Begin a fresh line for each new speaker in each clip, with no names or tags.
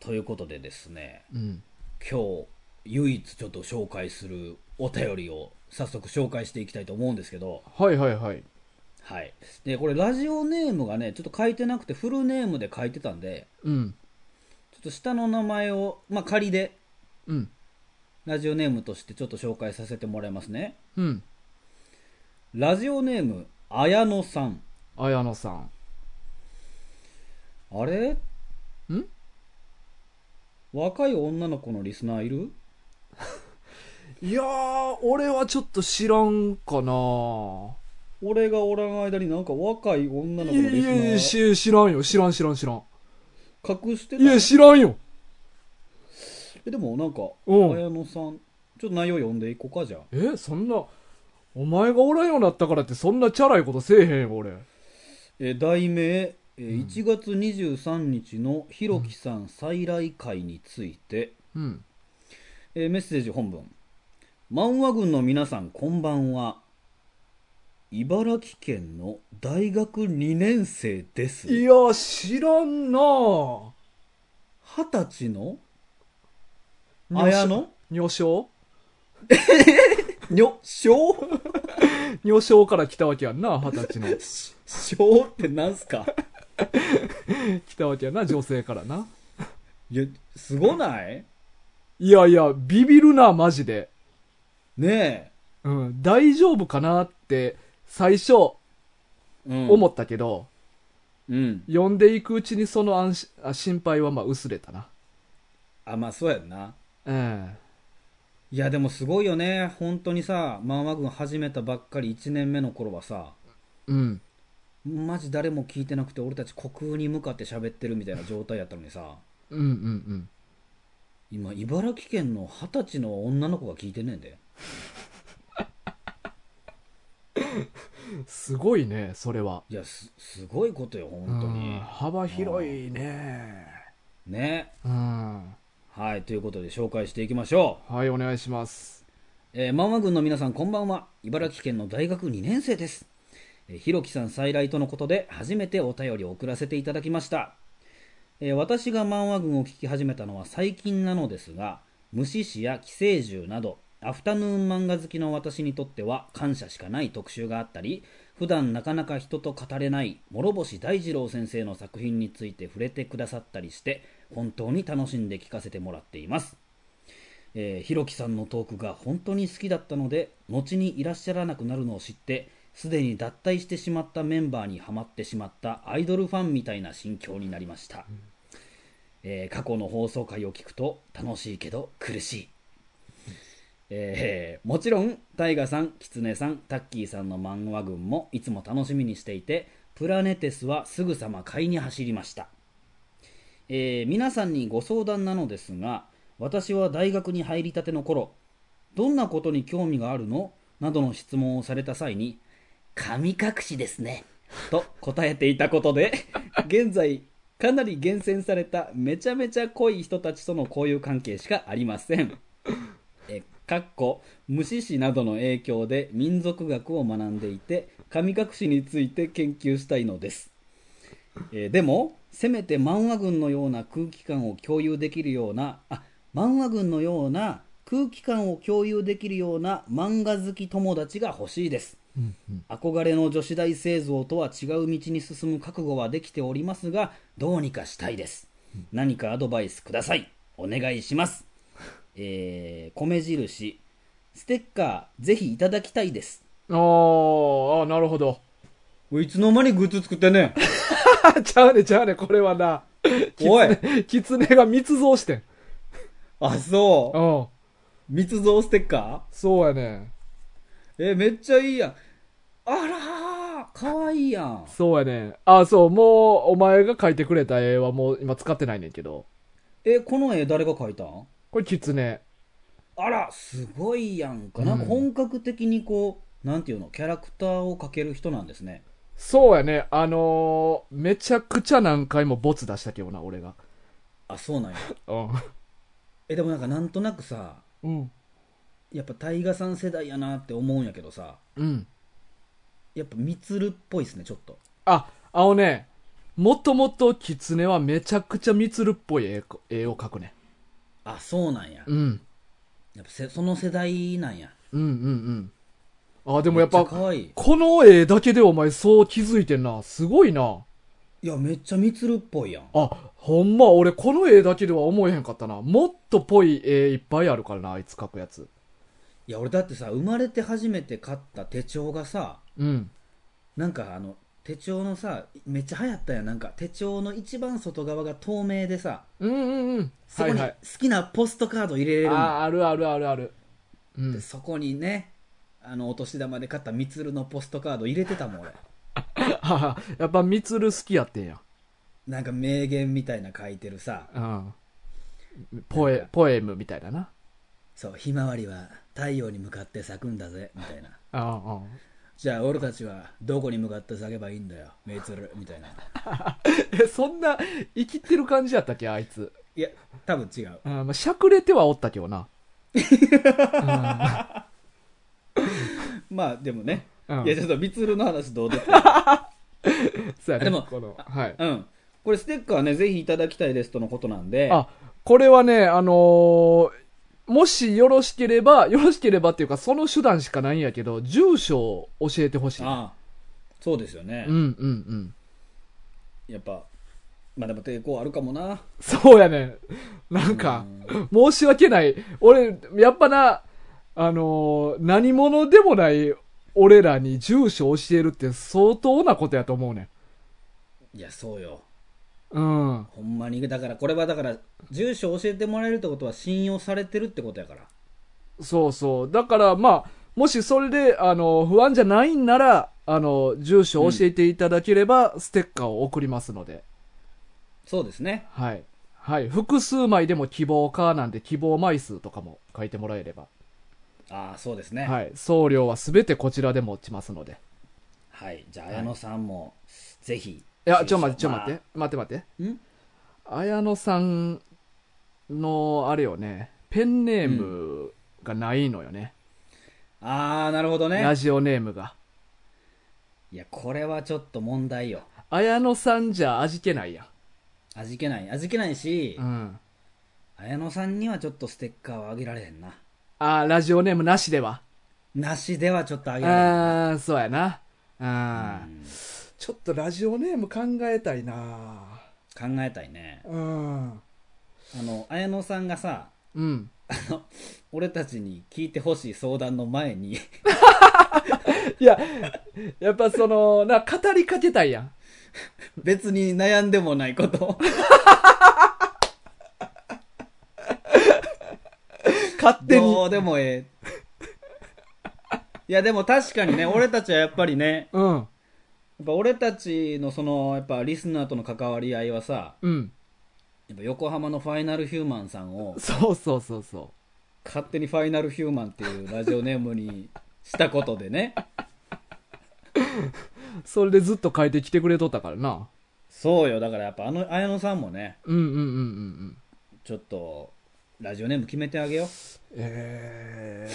ということでですね、
うん。
今日唯一ちょっと紹介するお便りを早速紹介していきたいと思うんですけど、
はいはいはい。
はい。で、これラジオネームがね、ちょっと書いてなくてフルネームで書いてたんで、
うん。
ちょっと下の名前を、まあ仮で
うん。
ラジオネームとしてちょっと紹介させてもらいますね。
うん。
ラジオネーム、綾野さん。
綾野さん。
あれ
ん
若い女の子のリスナーいる
いやー、俺はちょっと知らんかな
俺がおらん間になんか若い女の子
い
の
や
リ
い
スナ
やいや、
ー
し知らんよ。知らん知らん知らん。
隠してた
いや、知らんよ。
えでもなんか
うん
綾野さんちょっと内容読んでいこうかじゃあ
え、そんな、お前がおらんようになったからってそんなチャラいことせえへんよ、俺。
えー題名、えー
うん
1月23日のひろきさん再来会について、
うん。
えーメッセージ本文漫画軍の皆さんこんばんは茨城県の大学2年生です
い
二
やー、知らんなぁ。
十歳の綾野
女性
女小
女性から来たわけやんな、二十歳の。
小ってなんすか
来たわけやな、女性からな。
いやすごない
いやいや、ビビるな、マジで。
ね
うん、大丈夫かなって、最初、
え、うん
思ったけど、
うん
呼んでいくうちにその安心あ心配はまあ薄れたな。
あまあそうやんな
うん。
いやでもすごいよね本当にさ漫画軍始めたばっかり1年目の頃はさ
うん。
マジ誰も聞いてなくて俺たち虚空に向かって喋ってるみたいな状態やったのにさ
うんうんうん。
今茨城県の二十歳の女の子が聞いてんねんです
ごいね、それは。
いやすすごいことよ本当
うん
に
幅広いね。
ね
うん。
はいということで紹介していきましょう
はい、お願いします。
えー、マンマ軍の皆さんこんばんは茨城県の大学2年生です、えー、ひろきさん再来とのことで初めてお便りを送らせていただきました、えー私がマンマ軍を聞き始めたのは最近なのですが虫歯や寄生獣などアフタヌーン漫画好きの私にとっては感謝しかない特集があったり普段なかなか人と語れない諸星大二郎先生の作品について触れてくださったりして本当に楽しんで聞かせてもらっていますえー、ひろきさんのトークが本当に好きだったので後にいらっしゃらなくなるのを知ってすでに脱退してしまったメンバーにはまってしまったアイドルファンみたいな心境になりました、えー過去の放送回を聞くと楽しいけど苦しい、えーもちろんタイガさんキツネさんタッキーさんの漫画群もいつも楽しみにしていてプラネテスはすぐさま買いに走りましたえー皆さんにご相談なのですが私は大学に入りたての頃どんなことに興味があるのなどの質問をされた際に神隠しですねと答えていたことで現在かなり厳選されためちゃめちゃ濃い人たちとの交友関係しかありませんえかっこ無視死などの影響で民族学を学んでいて神隠しについて研究したいのですえーでもせめて漫画軍のような空気感を共有できるようなあ漫画軍のような空気感を共有できるような漫画好き友達が欲しいです
うんうん。
憧れの女子大製造とは違う道に進む覚悟はできておりますがどうにかしたいです何かアドバイスくださいお願いします えー、米印ステッカーぜひいただきたいです
あーあー、なるほど。
いつの間にグッズ作ってんね
ちゃうね、ちゃうね、これはな。
おい
キツネが密造してん。
あそ
うん。
密造ステッカー
そうやね。
えめっちゃいいやんあらーかわいいやん
そうやね。あ、そう、もう、お前が描いてくれた絵はもう今使ってないねんけど。
えこの絵誰が描いたん
これ、キツネ。
あらすごいやんかなんか
うん
本格的にこう、なんていうのキャラクターを描ける人なんですね
そうやね。あのー、めちゃくちゃ何回もボツ出したけどな、俺が。
あそうなんや
う
えでもなんかなんとなくさ
ん。
やっぱ大河さん世代やなって思うんやけどさ
うん。
やっぱみつるっぽいっすねちょっと
あ、あのね、もともと狐はめちゃくちゃみつるっぽい絵こ絵を描くね。
あそうなんや、
うん。
やっぱせその世代なんや
うんうんうん。あ、でもやっぱ、
めちゃ可愛い
この絵だけでお前そう気づいてんな。すごいな。
いやめっちゃみつるっぽいやん
あ、ほんま、俺この絵だけでは思えへんかったな。もっとぽい絵いっぱいあるからな、あいつ描くやつ。
いや俺だってさ生まれて初めて買った手帳がさ
うん。
なんかあの手帳のさめっちゃ流行ったやんなんか手帳の一番外側が透明でさ
うんうんうん。
そ
は
こ
い
に
は
好
い。
きなポストカード入れれるんだ、
あ、あるあるあるある。う
で
ん。
そこにねあのお年玉で買ったみつるのポストカード入れてたもん俺
あ やっぱみつる好きやってんや。
なんか名言みたいな書いてるさ
うん。ポエ、ポエムみたいだな。
そうひまわりは太陽に向かって咲くんだぜみたいな
ああ、
じゃあ俺たちはどこに向かって咲けばいいんだよみつるみたいな
え、そんな、生きてる感じやったっけ、あいつ。
いや多分違う
うん、まあ、しゃくれてはおったけどな。
まあでもね、
うん
いやちょっとみつるの話どうでも
そうやね。
でも
この、はい。
うんこれステッカーねぜひいただきたいですとのことなんで
あ、これはね、あのーもしよろしければ、よろしければっていうか、その手段しかないんやけど、住所を教えてほしい。
あそうですよね、
うんうんうん。
やっぱまあでも抵抗あるかもな
そうやね。なんか、申し訳ない。俺、やっぱな、あのー何者でもない俺らに住所教えるって相当なことやと思うねん。
いやそうよ
うん。
ほんまにだからこれはだから住所教えてもらえるってことは信用されてるってことやから
そうそう。だから、まあ、もしそれで、あの、不安じゃないんなら、あの、住所を教えていただければ、ステッカーを送りますので。
そうですね
はい。はい。複数枚でも希望かなんで、希望枚数とかも書いてもらえれば。
ああそうですねはい、
はい。送料はすべてこちらでも落ちますので。
じゃあ綾野さんもぜひ
いや、ちょ待って、ちょ待って、待って待って。
てん
綾野さんの、あれよね、ペンネームがないのよね。
ああなるほど
ラ
ね
ジオネームが。
いやこれはちょっと問題よ
綾野さんじゃ味気ないや
味気ない味気ないし、
ん。うん。
綾野さんにはちょっとステッカーをあげられへんな
あーラジオネームなしでは。
なしではちょっとあげられへん
ああ、そうやな。あ
うん
ーちょっとラジオネーム考えたいな
考えたいね
うん。
あの綾野さんがさ
うん。
俺たちに聞いてほしい相談の前に
いや、やっぱその、な、語りかけたいやん。
別に悩んでもないことを
勝手に。
ど うでもええ。いや、でも確かにね、俺たちはやっぱりね、
うん。
やっぱ俺たちのその、やっぱリスナーとの関わり合いはさ、
うん。
やっぱ横浜のファイナルヒューマンさんを、
そうそうそうそう。
勝手にファイナルヒューマンっていうラジオネームにしたことでね、
それでずっと変えてきてくれとったからな。
そうよ、だからやっぱあの、綾野さんもね、
うんうんうんうんうん。
ちょっと、ラジオネーム決めてあげよ
え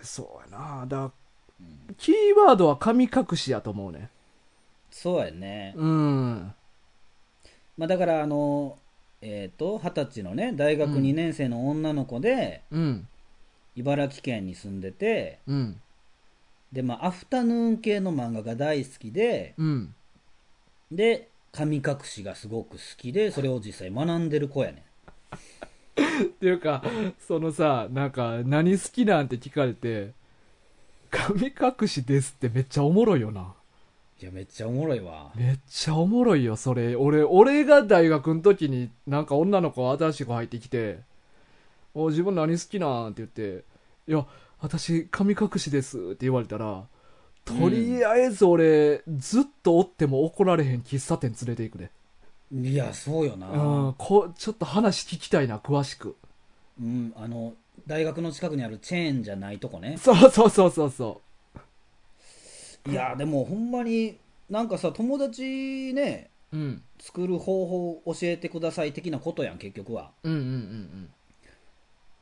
ー、そうやな。だ、キーワードは神隠しやと思うね。
う。そうやね。
うん。
まあだからあの、えっ、と、二十歳のね、大学2年生の女の子で、
うん。
茨城県に住んでて、
うん。
でまあアフタヌーン系の漫画が大好きで
うん。
で神隠しがすごく好きでそれを実際学んでる子やねん
っていうか、そのさ、なんか、何好きなんて聞かれて、神隠しですってめっちゃおもろいよな。
いやめっちゃおもろいわ
めっちゃおもろいよ、それ。俺、俺が大学の時に、なんか女の子新しい子入ってきて、お自分何好きなんって言って、いや、私、神隠しですって言われたら、とりあえず俺、ずっとおっても怒られへん喫茶店連れて行くで。
いやそうよ
う、
なん
こちょっと話聞きたいな、詳しく。
うんあの大学の近くにあるチェーンじゃないとこね
そうそうそうそうそ
いやでもほんまになんかさ友達ね
う。うん。
作る方法教えてください的なことやん結局は
うんうんうん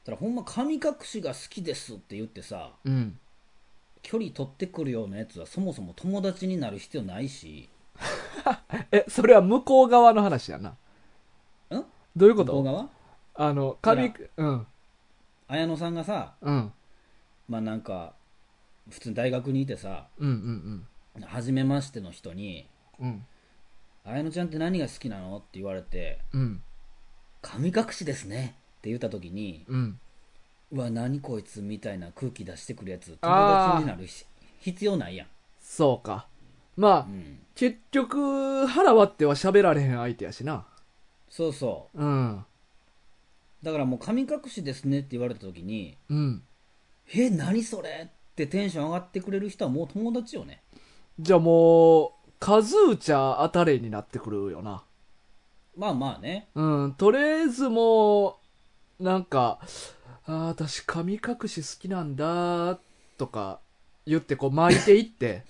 ただほんま神隠しが好きですって言ってさ
うん。うん。
距離取ってくるようなやつはそもそも友達になる必要ないし
え、それは向こう側の話やな。
ん
どういうこ
動
と
画は
あの、神、うん、
綾野さんがさ
うん、
まあなんか普通に大学にいてさ
うん、うん、
初めましての人に
うん、うん、
「綾野ちゃんって何が好きなの?」って言われて
うん、
「神隠しですね」って言った時に
うん。
「うわ何こいつ」みたいな空気出してくるやつ友
あー
達になるし必要ないやん、
そうか。まあ
う、ん、
結局、腹割っては喋られへん相手やしな。
そうそ
うん、
うだからもう「神隠しですね」って言われた時に
うん。
「え何それ?」ってテンション上がってくれる人はもう友達よね
じゃあもう、数打ちゃ当たれになってくるよな。
まあまあね
うん、とりあえずもう、なんか、ああ、私、神隠し好きなんだ、とか、言って、こう、巻いていって、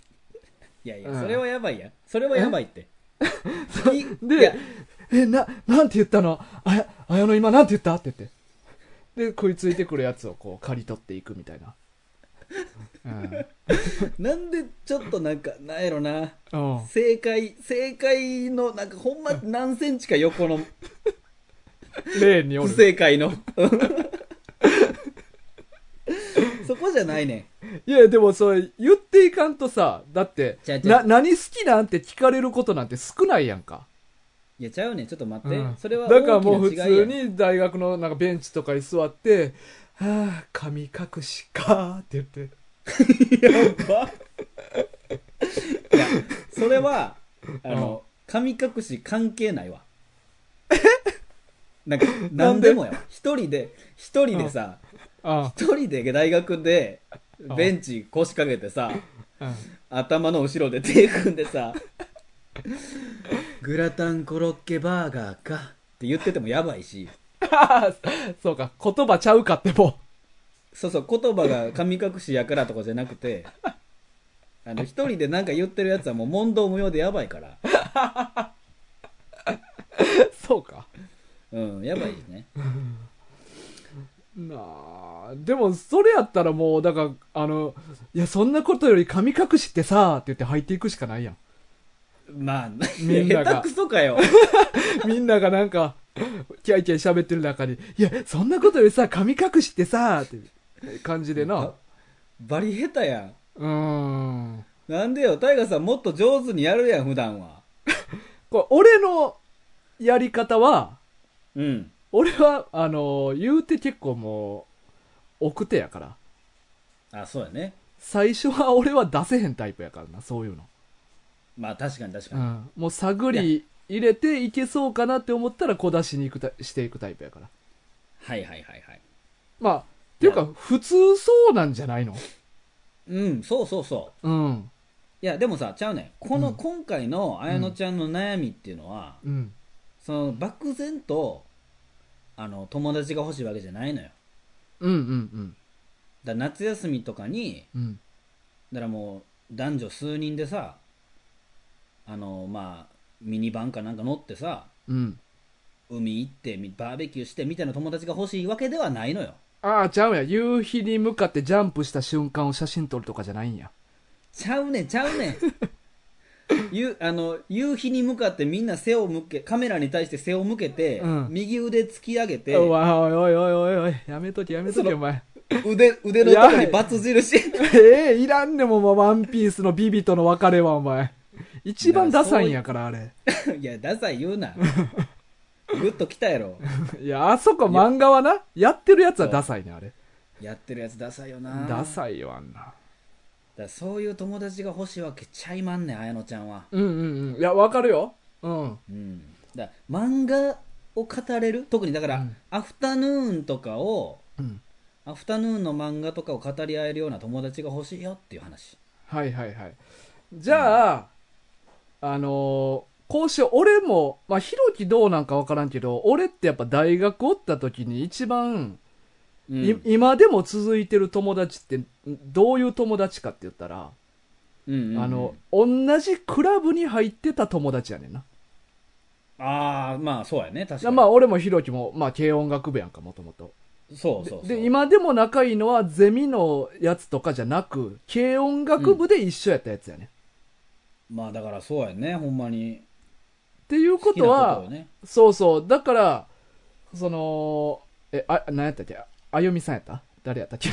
いやい
うん
やそれはやばいやんそれはやばいって いい
で
や、
え、な、なんて言ったのあや、あやの今なんて言ったって言って。で、食いついてくるやつをこう、刈り取っていくみたいな。
なんでちょっとなんかなんやろな
うん。うん。
正解正解のなんかほんま何センチか横の
例によ
不
る。
正解の そこじゃないね
いや、でもそれ、言っていかんとさ、だって
ちゃう、ちゃ
な、
う
何好きなんて聞かれることなんて少ないやんか。
んいやちゃうねんちょっと待って、
うん
それは
だからも
大
う普
きな違いや
通
ん
に大学のなんかベンチとかに座って「はあ神隠しか」って言って
やばいやそれはあの、神隠し関係ない わなんか
なん
何
で
でもやわ一人で一人でさ
あ
一人で大学でベンチ腰掛けてさ
あ
頭の後ろで手組んでさ グラタンコロッケバーガーかって言っててもやばいし
そうか言葉ちゃうかっても
そうそう言葉が神隠しやからとかじゃなくて あの一人で何か言ってるやつはもう問答無用でやばいから
うそうか
うんやばいですね
なあでもそれやったらもうだからあの「いやそんなことより神隠しってさ」って言って入っていくしかないやん
まあ
みんな
下
が
手くそかよ
みんながなんかキャイキャイ喋ってる中に「いやそんなことよりさ神隠しってさ」って感じでな
ばバリ下手や
うーん
んなんでよタイガさんもっと上手にやるやん普段は
これ俺のやり方は
うん
俺はあの言うて結構もう奥手やから
あそうやね
最初は俺は出せへんタイプやからなそういうの、
まあ確かに確か
う
に、
ん、もう探り入れていけそうかなって思ったら小出しにいくたしていくタイプやから
はいはいはいはい
まあっていうか普通そうなんじゃないの
うんそうそうそう
うん
いやでもさちゃうねんこの、
うん
今回の綾乃ちゃんの悩みっていうのは、
うん
その漠然とあの友達が欲しいわけじゃないのよ
うんうん
だから夏休みとかに
うんうん
だからもう男女数人でさあのまあミニバンかなんか乗ってさ
うん
海行ってみバーベキューしてみたいな友達が欲しいわけではないのよ
ああちゃうんや夕日に向かってジャンプした瞬間を写真撮るとかじゃないんや
ちゃうねんちゃうね んゆあの夕日に向かってみんな背を向けカメラに対して背を向けて、
うん
右腕突き上げて
おいおいおいおいおいやめとけやめとけお前
腕腕のとこにバツ印
ええいらんねんもん、ワンピースのビビとの別れは、お前。一番ダサいんやから、あれ。
いやダサい言うなグッときたやろ
いや、あそこ漫画はな、やってるやつはダサいねん、あれ。
やってるやつダサいよなだ
ダ
か
サいよ、あんな。
らそういう友達が欲しいわけちゃいまんねん綾乃ちゃんは
うんうんうん。いや、わかるよ。うん。
うんだから漫画を語れる特にだから、
うん
アフタヌーンとかを
うん。
アフタヌーンの漫画とかを語り合えるような友達が欲しいよっていう話
はいはいはい。じゃあ、あのーこうしよう。俺も、まあ、ひろきどうなんかわからんけど、俺ってやっぱ大学おった時に一番、
うん
い今でも続いてる友達って、どういう友達かって言ったら、
うんうんうん
あの、同じクラブに入ってた友達やねんな。
ああまあそうやね確かに
まあ、俺もひろきも、まあ、軽音楽部やんか、もともと。
そう
で
そうそう
で今でも仲いいのは、ゼミのやつとかじゃなく、軽音楽部で一緒やったやつやね。
まあだからそうやねほんまに
ていう
好
こ
き
と
な
は
ことをね
そうそうだからそのえあ何やったっけあゆみさんやった誰やった っけ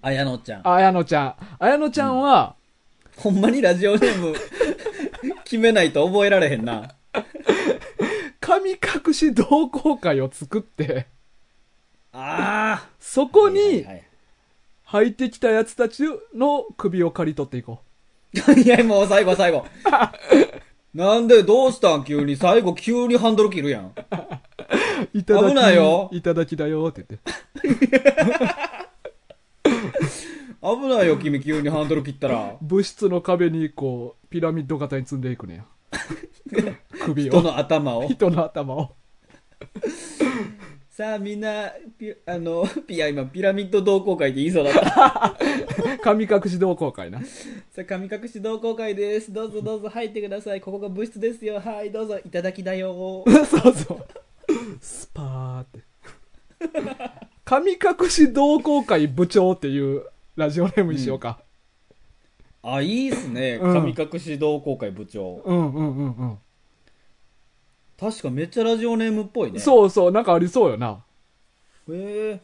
綾乃ちゃん
あやのちゃんあやのちゃんは、
ほんまにラジオネーム 決めないと覚えられへんな
神隠し同好会を作って
ああ
そこ
はいはい
に
はい
入ってきたやつたちの首を刈り取っていこ
いや、もう最後最後。なんで、どうしたん急に。最後、急にハンドル切るやん。
ういただき
危ないよ
いただきだよって言って
危ないよ、君、急にハンドル切ったら。
物質の壁にこうピラミッド型に積んでいくねや首を
人の頭を。
人の頭を
さあ、みんな、ピあの、ピア、今、ピラミッド同好会って言いそうだった。
神隠し同好会な
さあ、神隠し同好会です。どうぞどうぞ入ってください。ここが部室ですよ。はい、どうぞ。いただきだよ。
そうそう。スパーって。神隠し同好会部長っていうラジオネームにしようか。
あ、いいっすね。
うん
神隠し同好会部長。
うん、うん、うんうん
確かめっちゃラジオネームっぽいね。う。
そうそう、なんかありそうよな。
へえ。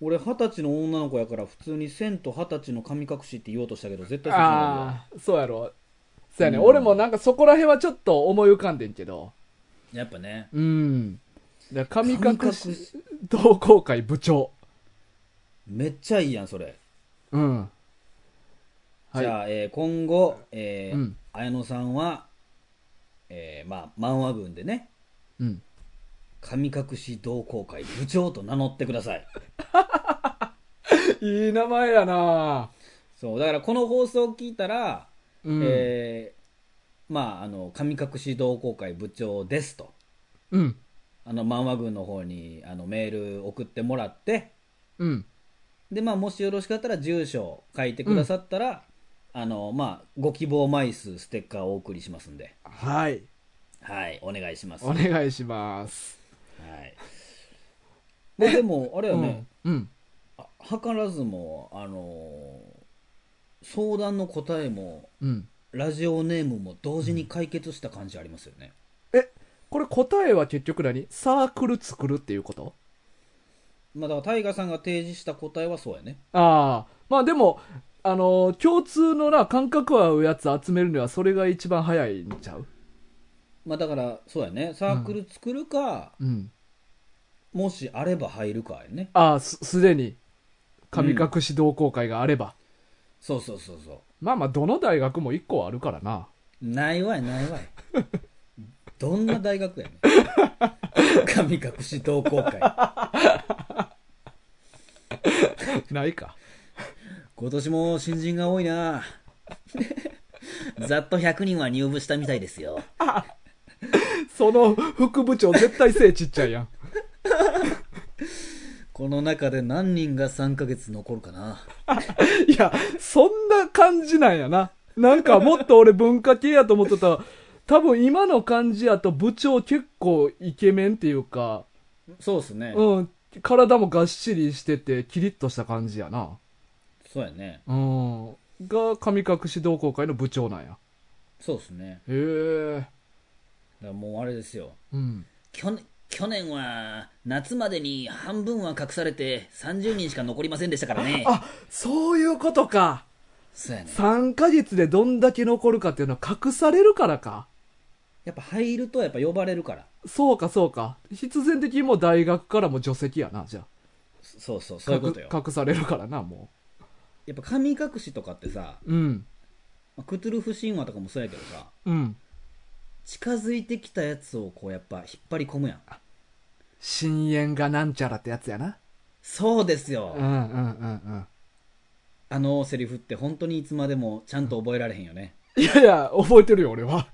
俺、二十歳の女の子やから、普通に千と二十歳の神隠しって言おうとしたけど、絶対そっちの方がいいわ
ああ、そうやろ。そうやね、
うん
俺もなんかそこら辺はちょっと思い浮かんでんけど。
やっぱね。
うん。だから神
神
隠
隠
し
し
同好会部長。
めっちゃいいやん、それ。
うん。はい
じゃあ、えー今後、えー
うん
綾野さんは、えーまあ、漫画軍でね、
うん。
神隠し同好会部長と名乗ってください。
いい名前やな
そう、だからこの放送を聞いたら、
うん。
えーまあ、あの、神隠し同好会部長ですと、
うん。
あの、漫画軍の方にあのメール送ってもらって、
うん。
で、まあ、もしよろしかったら住所を書いてくださったら、あの、まあ、ご希望枚数ステッカーをお送りしますんで、
はい。
はい、お願いします。
お願いします。
はい。まあでも、あれよね、
うん。うん
あ図らずも、あのー相談の答えも、
うん。
ラジオネームも同時に解決した感じありますよね。
これ答えは結局何サークル作るっていうこと
まあだから、タイガさんが提示した答えはそうやね。
ああ。まあでも、あのー共通のな、感覚合うやつ集めるにはそれが一番早いんちゃう
まあだから、そうやね、サークル作るか、
うん。
もしあれば入るかやね。
ああ、す、すでに、神隠し同好会があれば。
そうそうそうそう。
まあまあ、どの大学も一個はあるからな。
ないわい、ないわい。どんな大学やねん。神隠し同好会。
ないか。
今年も新人が多いなざっと100人は入部したみたいですよ
その副部長絶対背ちっちゃいやん。
この中で何人が3ヶ月残るかない
や、そんな感じなんやな。なんかもっと俺文化系やと思ってた。多分今の感じやと部長結構イケメンっていうか、
そうですね
うん、体もがっしりしてて、キリッとした感じやな。
そうやね
うん。が、神隠し同好会の部長なんや。
そうですね
へえ。
だからもうあれですよ
うん。
去年去年は夏までに半分は隠されて30人しか残りませんでしたからね
あ、そういうことか。
そうやね
3ヶ月でどんだけ残るかっていうのは隠されるからか。
やっぱ入るとやっぱ呼ばれるから
そうか、そうか。必然的にもう大学からも除籍やな、じゃあ。
そうそうそういうことよ
隠隠されるからな、も
やっぱ神隠しとかってさ
う。うん。
まあクトゥルフ神話とかもそうやけどさ
うん。
近づいてきたやつをこうやっぱ引っ張り込むやん
深淵がなんちゃらってやつやな。
そうです
う
よ
んうんうん
あのセリフって本当にいつまでもちゃんと覚えられへんよね。
うん。いやいや、覚えてるよ、俺は。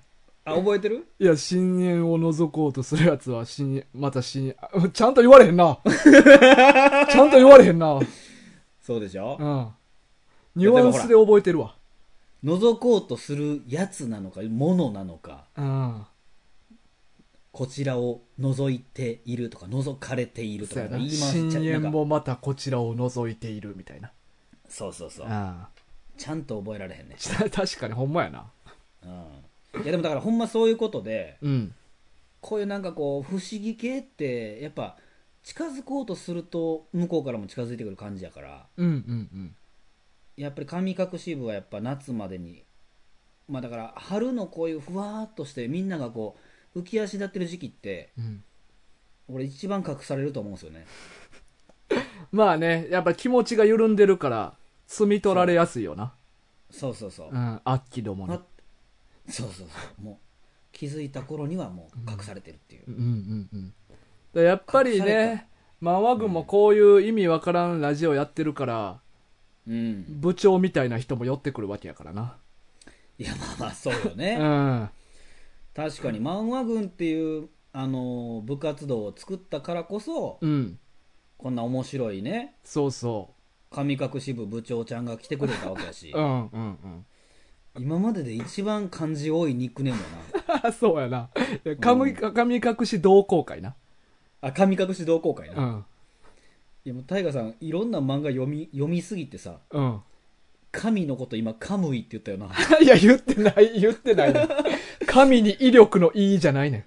あ、覚えてる
いや、深淵を覗こうとするやつは、深淵、また深淵、あちゃんと言われへん な。ちゃんと言われへんな。うん。
そうでしょ
ニュアンスで覚えてるわ。
覗こうとするやつなのか、ものなのか、
うん。
こちらを覗いているとか、覗かれていると
そう
か言
やな。
い回し
深
ちゃ
淵
う。なんか
もまたこちらを覗いているみたいな。
そうそうそう。
うん。
ちゃんと覚えられへんね。
ち確かにほんまやな。
うん、いやでもだからほんまそういうことで
うん
こういうなんかこう不思議系ってやっぱ近づこうとすると向こうからも近づいてくる感じやから
うんうん
やっぱり神隠し部はやっぱ夏までにまあだから春のこういうふわーっとしてみんながこう浮き足立ってる時期って
うんうん
俺一番隠されると思うんですよね
まあねやっぱ気持ちが緩んでるから摘み取られやすいよな
そうそうそう、
うんあっきどもに
あそうそうそうもう気づいた頃にはもう隠されてるっていう、
うんうんうんだやっぱり
隠され
ねマンワグもこういう意味わからんラジオやってるから、
うん、
部長みたいな人も寄ってくるわけやからな。
いやまあまあそうよ
う
ね、
ん。
確かに漫画軍っていうあのー部活動を作ったからこそ、
うん。
こんな面白いね
そうそ
神隠し部部長ちゃんが来てくれたわけやし
う。うんうん
今までで一番漢字多いニックネームやな
うん。そうやな。いや神神隠し同好会な。
あ神隠し同好会な、
う
い
ん。
やもう大河さんいろんな漫画読み読みすぎてさ
うん。
神のこと今カムイって言ったよない
や、言ってない、言ってな いね。神に威力のいいじゃないねん。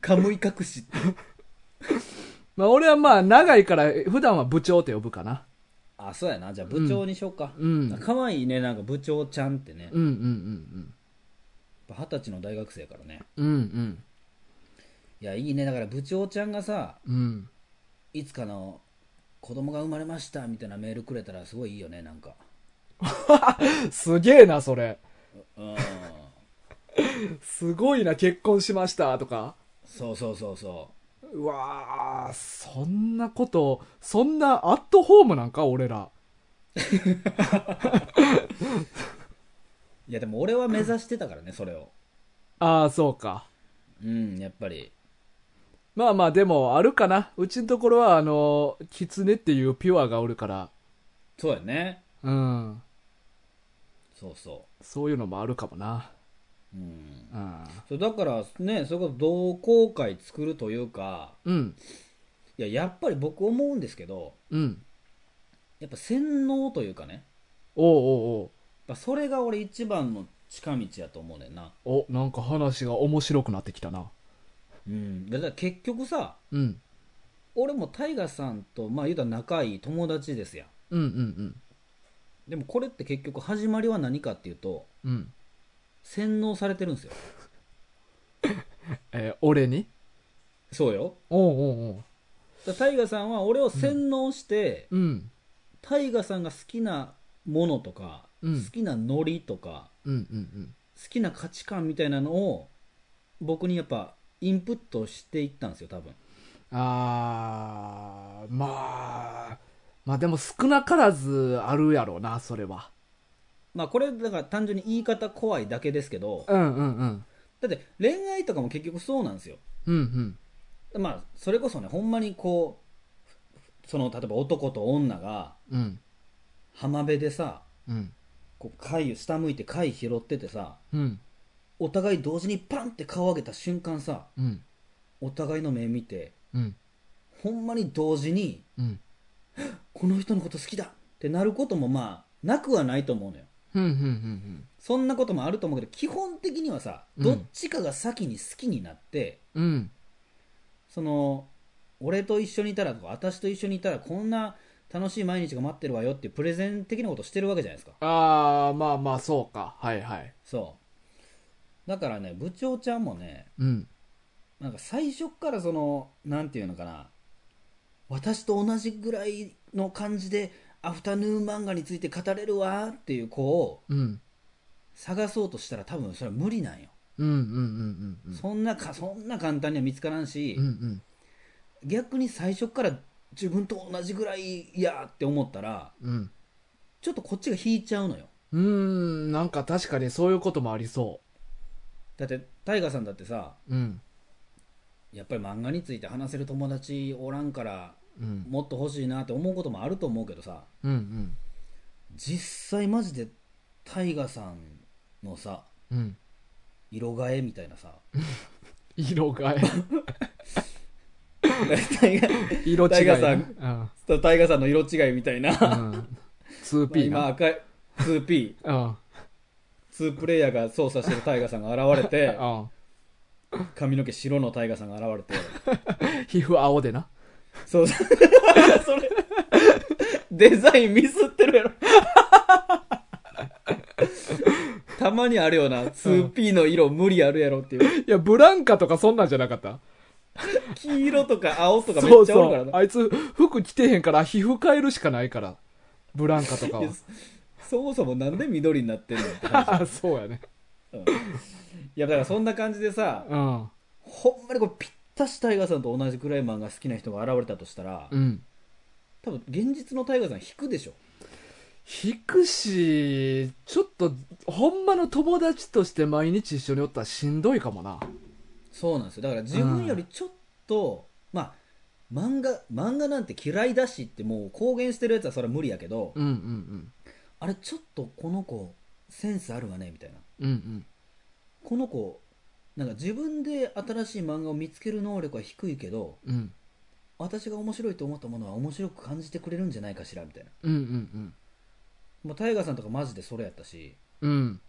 カムイ隠しって
まあ俺はまあ長いから、普段は部長って呼ぶかな。
あそうやなじゃあ部長にしようか、
うん。うん
可愛いねなんか部長ちゃんってね
うんうん
やっぱ二十歳の大学生やからね
うん。うん
いやいいねだから部長ちゃんがさ
うん。うん。
いつかの子供が生まれましたみたいなメールくれたらすごいいいよねなんか
すげえな、それ。
うん
すごいな、結婚しました、とか。
そうそうそうそう
わー、そんなこと、そんなアットホームなんか、俺ら。
ういやでも俺は目指してたからねそれを
ああ、そうか。
うんやっぱり
まあまあ、でも、あるかな。うちのところは、あの、キツネっていうピュアがおるから、
そうやね
うん。
そうそ
そういうのもあるかもな。
ううん
うん。
そうだからねそれこそ同好会作るというか
うん。
いややっぱり僕思うんですけど
うん。
やっぱ洗脳というかね
おう
やっぱそれが俺一番の近道やと思うねんな
おうおう。お、なんか話が面白くなってきたな。
うんだから結局さ
うん。
俺もタイガさんとまあ言うたら仲いい友達ですやん
うんうん
でもこれって結局始まりは何かっていうと
うん。うん。
洗脳されてるんですよ
えー俺に
そうよ
おうおうおう。
だからタイガさんは俺を洗脳して、
うん。
タイガさんが好きなものとか、
うん
好きなノリとか
うんうんうん。
好きな価値観みたいなのを僕にやっぱインプットしていったんですよ多分
あー、まあ、まあでも少なからずあるやろうな、それは。
まあこれだから単純に言い方怖いだけですけど
うんうんうん。
だって恋愛とかも結局そうなんですよ
うんうん。
まあそれこそねほんまにこうその例えば男と女が
うん。
浜辺でさ
うん。
こう貝を下向いて貝拾っててさ
うん。
お互い同時にパンって顔上げた瞬間さ
うん。
お互いの目見て
うん。
ほんまに同時に
うん。
この人のこと好きだってなることもまあなくはないと思うのよ
うん。うん。うん。
そんなこともあると思うけど基本的にはさ
うん
どっちかが先に好きになって、
うん。
その俺と一緒にいたらとか私と一緒にいたらこんな楽しい毎日が待ってるわよっていうプレゼン的なことしてるわけじゃないですか
あー、まあまあ、そうか。はいはい。
そうだからね部長ちゃんもね
うん。
なんか最初っからそのなんていうのかな私と同じぐらいの感じでアフタヌーン漫画について語れるわっていう子を
うん。
探そうとしたら多分それは無理なんよ、
うん。うん。うん。うん。
そんなかそんな簡単には見つからんし、
うん。うん。
逆に最初っから自分と同じぐらいやって思ったら
うん。
ちょっとこっちが引いちゃうのよ
うーん。なんか確かにそういうこともありそ
だってタイガーさんだってさ
う。うん。
やっぱり漫画について話せる友達おらんから
うん。
もっと欲しいなって思うこともあると思うけどさ
うん。うん。
実際マジでタイガさんのさ
うん。
色替えみたいな さ
色が、
タイガ
色違いな。
タイガーさ
ん。
タイガさんの 色違いみたいな
うん。2P な。
今赤い 2P
うん。
2プレイヤーが操作してるタイガさんが現れて
あ
髪の毛白のタイガさんが現れて
皮膚青でな。
そう そうそれデザインミスってるやろたまにあるよな 2P の色無理あるやろっていう
いや、ブランカとかそんなんじゃなかった
黄色とか青とかめ
そ
っ
う
ちゃおる
そ
から
う。
な
あいつ、服着てへんから皮膚変えるしかないから。ブランカとか
いやそもそもなんで緑になってんのって話
は。 そうやね。
うんいやだからそんな感じでさ
うん。
ほんまにこれぴったしタイガーさんと同じくらい漫画好きな人が現れたとしたら、
うん。
多分現実のタイガーさん引くでしょ
引くし、ちょっと、ほんまの友達として毎日一緒におったらしんどいかもな。
そうなんですよだから自分よりちょっと、まあ漫画漫画なんて嫌いだしってもう公言してるやつはそれは無理やけど、
うんうん
あれちょっとこの子センスあるわねみたいな
うん。うんうん。
この子なんか自分で新しい漫画を見つける能力は低いけど
うん。
私が面白いと思ったものは面白く感じてくれるんじゃないかしらみたいな、
うんうん
まあ、タイガーさんとかマジでそれやったし
うん。うん。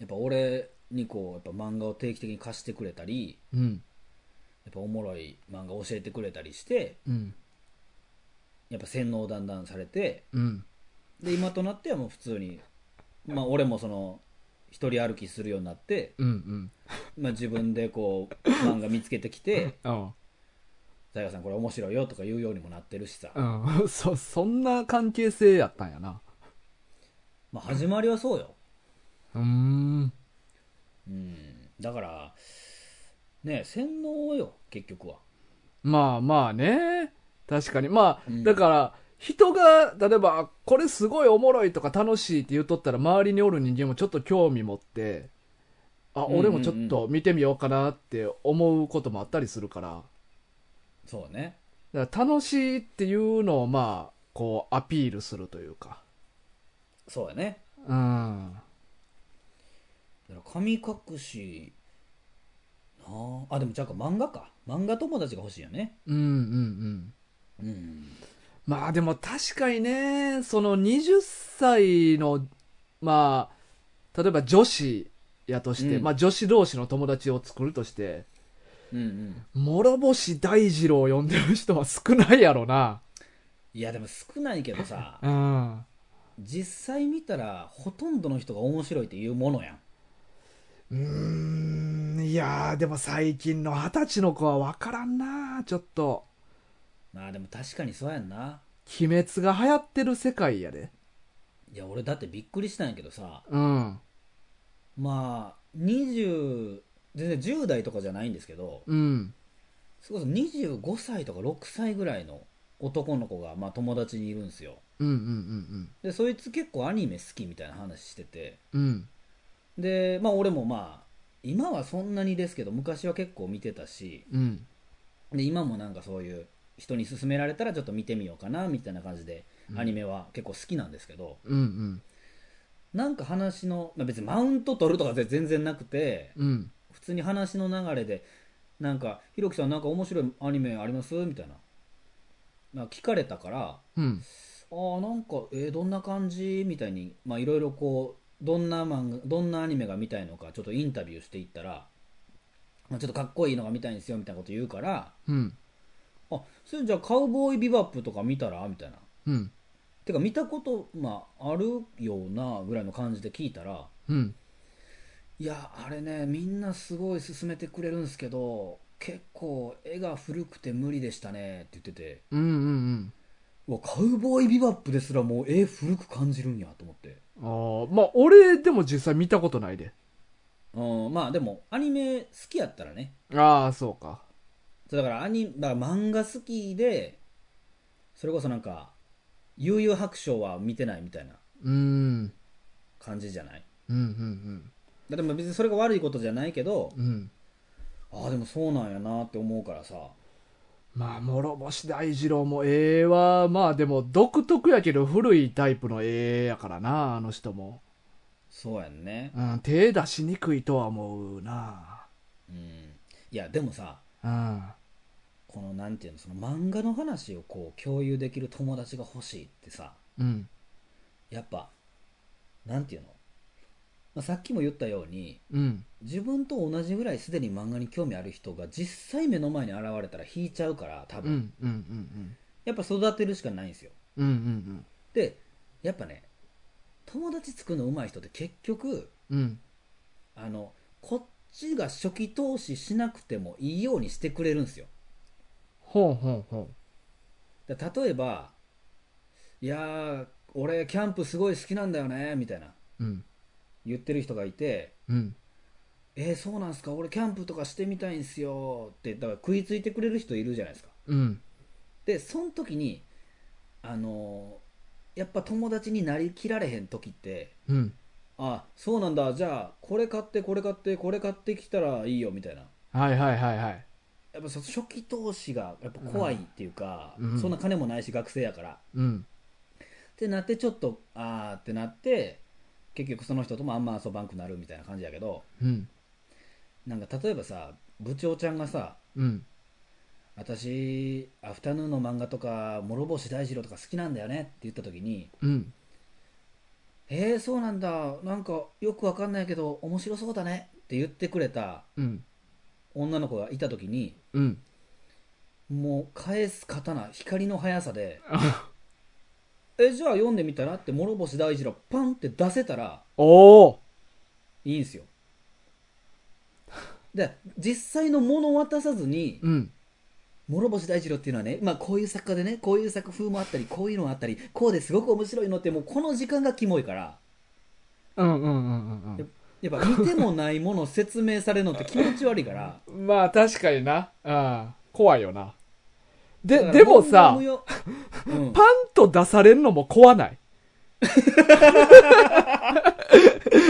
やっぱ俺にこうやっぱ漫画を定期的に貸してくれたり
うん。
やっぱおもろい漫画教えてくれたりして
うん。
やっぱ洗脳だんだんされて
うん。
で今となってはもう普通にまあ俺もその一人歩きするようになって、
うんうん。
まあ、自分でこう漫画見つけてき て
うん。
「大河さんこれ面白いよ」とか言うようにもなってるしさ、
うん、 そそんな関係性やったんやな
まあ、始まりはそうよ、
うーん
うん、だからね洗脳よ結局は
まあまあね確かにまあ、
うん
だから人が例えばあこれすごいおもろいとか楽しいって言うとったら周りにおる人間もちょっと興味持ってあ
うんうんうん
俺もちょっと見てみようかなって思うこともあったりするから
そうね
だから楽しいっていうのをまあこうアピールするというか
そうやね
うん
だから神隠しなああでもじゃあ漫画か漫画友達が欲しいよね
うんうんうん
うん
まあでも確かにね、その20歳の、まあ、例えば女子やとして、
うん
まあ女子同士の友達を作るとして、
うんうん
諸星大二郎を呼んでる人は少ないやろな。
いやでも少ないけどさ
うん。
実際見たらほとんどの人が面白いっていうものやん
うーん、いやーでも最近の二十歳の子は分からんな、ちょっと。
まあでも確かにそうやんな
鬼滅が流行ってる世界やで。
いや俺だってびっくりしたんやけどさ
うん。
まあ20全然10代とかじゃないんですけど
うん。
それこそ25歳とか6歳ぐらいの男の子がまあ友達にいるんですよ
うんうんうん
でそいつ結構アニメ好きみたいな話してて
うん。うん。
でまあ俺もまあ今はそんなにですけど昔は結構見てたし
うん。
で今もなんかそういう人に勧められたらちょっと見てみようかなみたいな感じで
うん
アニメは結構好きなんですけど、
うんうん。
なんか話の、まあ、別にマウント取るとか全然なくて
うん。
普通に話の流れでなんか「ひろきさんなんか面白いアニメあります?」みたいななんか聞かれたから
うん。
「あーなんかえーどんな感じ?」みたいにまあいろいろこうどんな漫画どんなアニメが見たいのかちょっとインタビューしていったら「まあちょっとかっこいいのが見たいんですよ」みたいなこと言うから
うん。
「あそれじゃあカウボーイビバップとか見たら?」みたいな。
うん。
てか見たこと、まあ、あるようなぐらいの感じで聞いたら
うん。
いやあれねみんなすごい勧めてくれるんですけど結構絵が古くて無理でしたねって言ってて
うんうん
うわカウボーイビバップですらもう絵古く感じるんやと思って
うん。ああ、まあ俺でも実際見たことないで。
うんまあでもアニメ好きやったらね
ああ、そうか。
そうだからアニだから漫画好きでそれこそなんか悠々白書は見てないみたいな
うーん。
感じじゃない
うんうん
だってまあ別にそれが悪いことじゃないけど
うん。うん。
ああでもそうなんやなって思うからさ
まあ、諸星大二郎も絵は、まあでも独特やけど古いタイプの絵やからな、あの人も。
そうやんね
うん、手出しにくいとは思うな。
うんいやでもさ
うん。
このなんていうのその漫画の話をこう共有できる友達が欲しいってさ
うん。
やっぱなんていうのまあ、さっきも言ったように
うん
自分と同じぐらいすでに漫画に興味ある人が実際目の前に現れたら引いちゃうから多
う
分、
んうんうん
やっぱ育てるしかないんですよ
うんうん
でやっぱね友達作るの上手い人って結局
うんうん
あのこっちが初期投資しなくてもいいようにしてくれるんですよ
ほうほうほ
だ例えば「いやー俺キャンプすごい好きなんだよね」みたいな
ううん
言ってる人がいて
うん
「えーそうなんすか俺キャンプとかしてみたいんすよ」ってだから食いついてくれる人いるじゃないですか
うん
でその時にあのーやっぱ友達になりきられへん時って
うん
あそうなんだじゃあこれ買ってこれ買ってこれ買ってきたらいいよみたいな
はいはいはいはい
やっぱそ初期投資がやっぱ怖いっていうか、
うん
そんな金もないし学生やから
うん
ってなってちょっとあーってなって結局その人ともあんま遊ばんくなるみたいな感じやけど
うん
なんか例えばさ部長ちゃんがさ
うん
私アフタヌーンの漫画とか諸星大二郎とか好きなんだよねって言った時に
うん
えー、そうなんだなんかよくわかんないけど面白そうだねって言ってくれた
うん
女の子がいた時に
うん
もう返す刀光の速さ で「えじゃあ読んでみたら?」って諸星大二郎パンって出せたら
おお
いいんですよで実際の物渡さずに
うん
諸星大二郎っていうのはね、まあ、こういう作家でねこういう作風もあったりこういうのもあったりこうですごく面白いのってもうこの時間がキモいから
うんうんうんうん
やっぱ見てもないものを説明されるのって気持ち悪い から
うんまあ確かになあ怖いよな
だか
で
ら
でもさ
本読 むようん
パンと出されんのも怖ない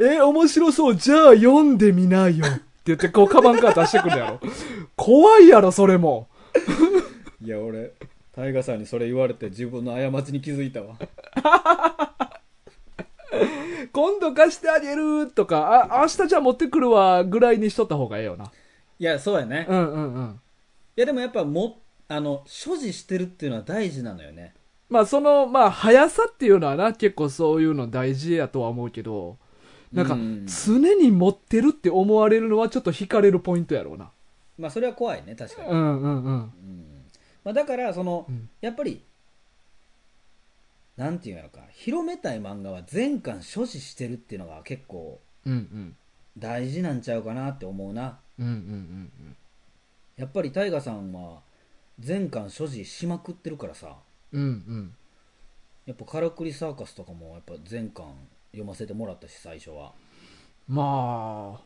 え面白そうじゃあ読んでみないよって言ってこうカバンから出してくるや ろ怖いやろそれも
いや俺タイガさんにそれ言われて自分の過ちに気づいたわ
今度貸してあげるとかあ明日じゃあ持ってくるわぐらいにしとった方がええよない
やそうやね
うんうんうん
いやでもやっぱもあの所持してるっていうのは大事なのよね
まあそのまあ速さっていうのはな結構そういうの大事やとは思うけどなんか
うん
常に持ってるって思われるのはちょっと惹かれるポイントやろうな
まあそれは怖いね確かに、う
うんうんうん
んまあ、だからその、
うん
やっぱりなんていうのか広めたい漫画は全巻所持してるっていうのが結構
うんうん
大事なんちゃうかなって思うな
うんうんうん
やっぱりタイガさんは全巻所持しまくってるからさ
うんうん
やっぱカラクリサーカスとかもやっぱ全巻読ませてもらったし最初は
まあ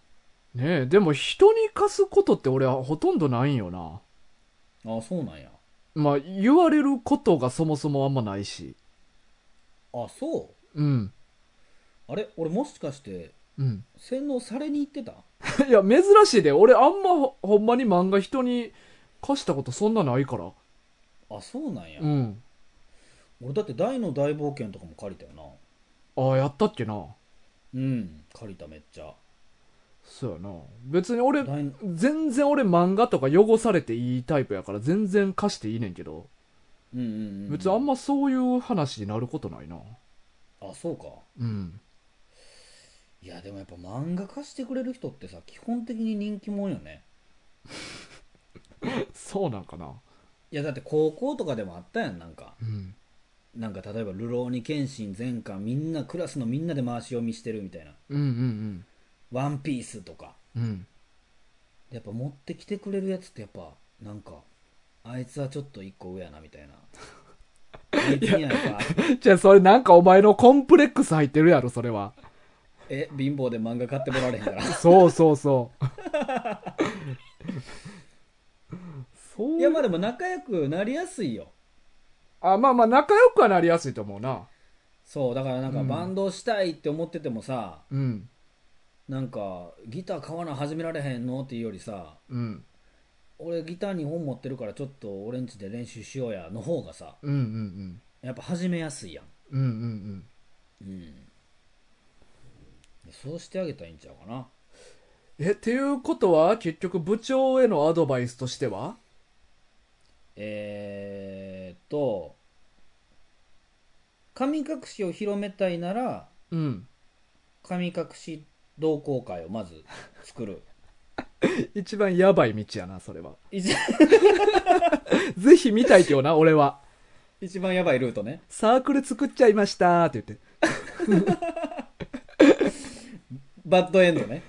ねえでも人に貸すことって俺はほとんどないんよな
ああそうなんや
まあ言われることがそもそもあんまないし
あそ
うん
うあれ俺もしかして
うん
洗脳されに行ってた
いや珍しいで俺あんまほほんまに漫画人に貸したことそんなないから
あそうなんや、
うん
俺だって大の大冒険とかも借りたよな
ああやったっけな
うん借りためっちゃ
そうやな別に俺
大の
全然俺漫画とか汚されていいタイプやから全然貸していいねんけど
うんうん、うん、
別にあんまそういう話になることないな
あそうか
うん
いやでもやっぱ漫画貸してくれる人ってさ基本的に人気もんよね
そうなんかない
やだって高校とかでもあったやんなんか
うん
なんか例えば「流浪に剣心」全巻みんなクラスのみんなで回し読みしてるみたいな
うんうん
「ワンピースとか
うんうん
やっぱ持ってきてくれるやつってやっぱなんかあいつはちょっと一個上やなみた いなあいつにはやっぱ
じゃあそれなんかお前のコンプレックス入ってるやろそれは
え貧乏で漫画買ってもらわれへんから
そうそうそうそう
いやまあでも仲良くなりやすいよ
あまあまあ仲良くはなりやすいと思うな
そうだからなんか
うん
バンドしたいって思っててもさ、
うん
なんかギター買わな始められへんのっていうよりさ
うん
俺ギター2本持ってるからちょっと俺んちで練習しようやの方がさ
うんうん
やっぱ始めやすいやん
うんうんうん
うんそうしてあげたらいいんちゃうかな
えっていうことは結局部長へのアドバイスとしては
えー、っと神隠しを広めたいなら
うん
神隠し同好会をまず作る
一番やばい道やな、それは。
一
ぜひ見たいけど な、俺は。
一番やばいルートね
サークル作っちゃいましたって言って。
バッドエンドね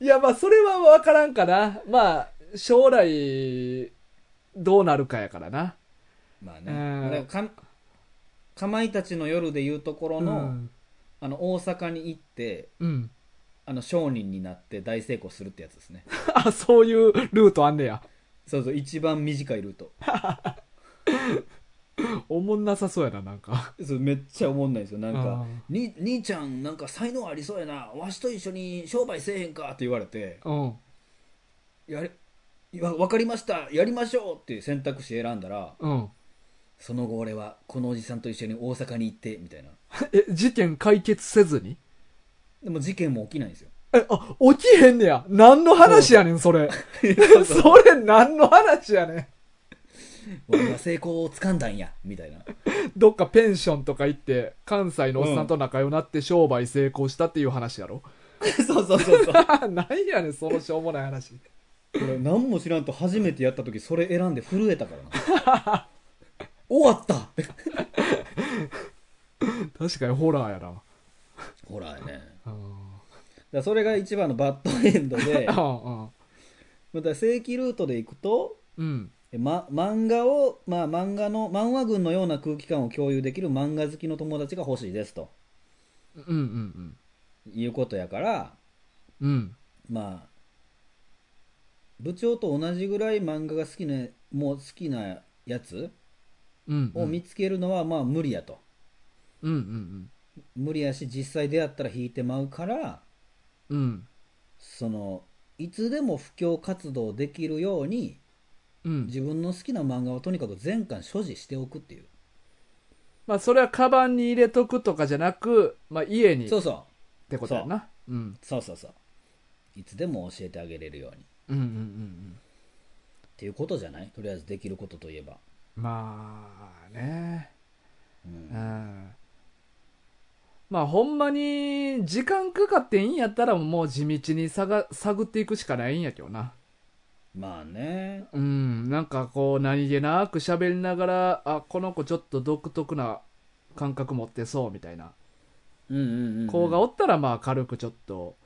いや、まあ、それはわからんかな。まあ、将来、どうなるかやからな。
まあ
うん
ねだからかかまいたちの夜でいうところ
う
の,、
ん。
あの大阪に行って
うん。
あの商人になって大成功するってやつですね
あ、そういうルートあんねや。
そうそう一番短いルート
おもんなさそうやな、なんか。
そうめっちゃおもんないですよなん
あ
かに兄ちゃんなんか才能ありそうやなわしと一緒に商売せえへんかって言われて
うん。
やれいや分かりましたやりましょうっていう選択肢選んだら
うん。
その後俺はこのおじさんと一緒に大阪に行ってみたいな
え、事件解決せずに
でも事件も起きないん ですよ
え、あ、起きへんねや。何の話やねん、それ。 それ何の話やね。
俺は成功をつかんだんやみたいなん
どっかペンションとか行って、関西のおっさんと仲良くなって商売成功したっていう話やろ。
そうそうそうそうこ
何やねん、そのしょうもない話。
れ何も知らんと初めてやった時それ選んで震えたからな 終わった
確かにホラーやな。
ほらねだ
うん。
からそれが一番のバッドエンド で
うん
また正規ルートで行くと
うん。
えま、漫画を、まあ、漫画の漫画群のような空気感を共有できる漫画好きの友達が欲しいですと
うんうん
いうことやから
うん。うん。
まあ部長と同じぐらい漫画が好きなもう好きなやつ
うん。
を見つけるのはまあ無理やと、
うんうん
無理やし実際出会ったら引いてまうから
うん。うん。
そのいつでも布教活動できるように
うん。
自分の好きな漫画をとにかく全巻所持しておくっていう
まあ、それはカバンに入れとくとかじゃなく、まあ、家にっ
そうそう
てことやな。うん。
そうそうそういつでも教えてあげれるように
うんうんうん
っていうことじゃないとりあえずできることといえば、
うん。まあね。
う
うんん。まあ、ほんまに、時間かかっていいんやったら、もう地道に探探っていくしかないんやけどな。
まあね
うん、なんかこう何気なく喋りながらあこの子ちょっと独特な感覚持ってそうみたいな
うんうんうん
子がおったらまあ軽くちょっと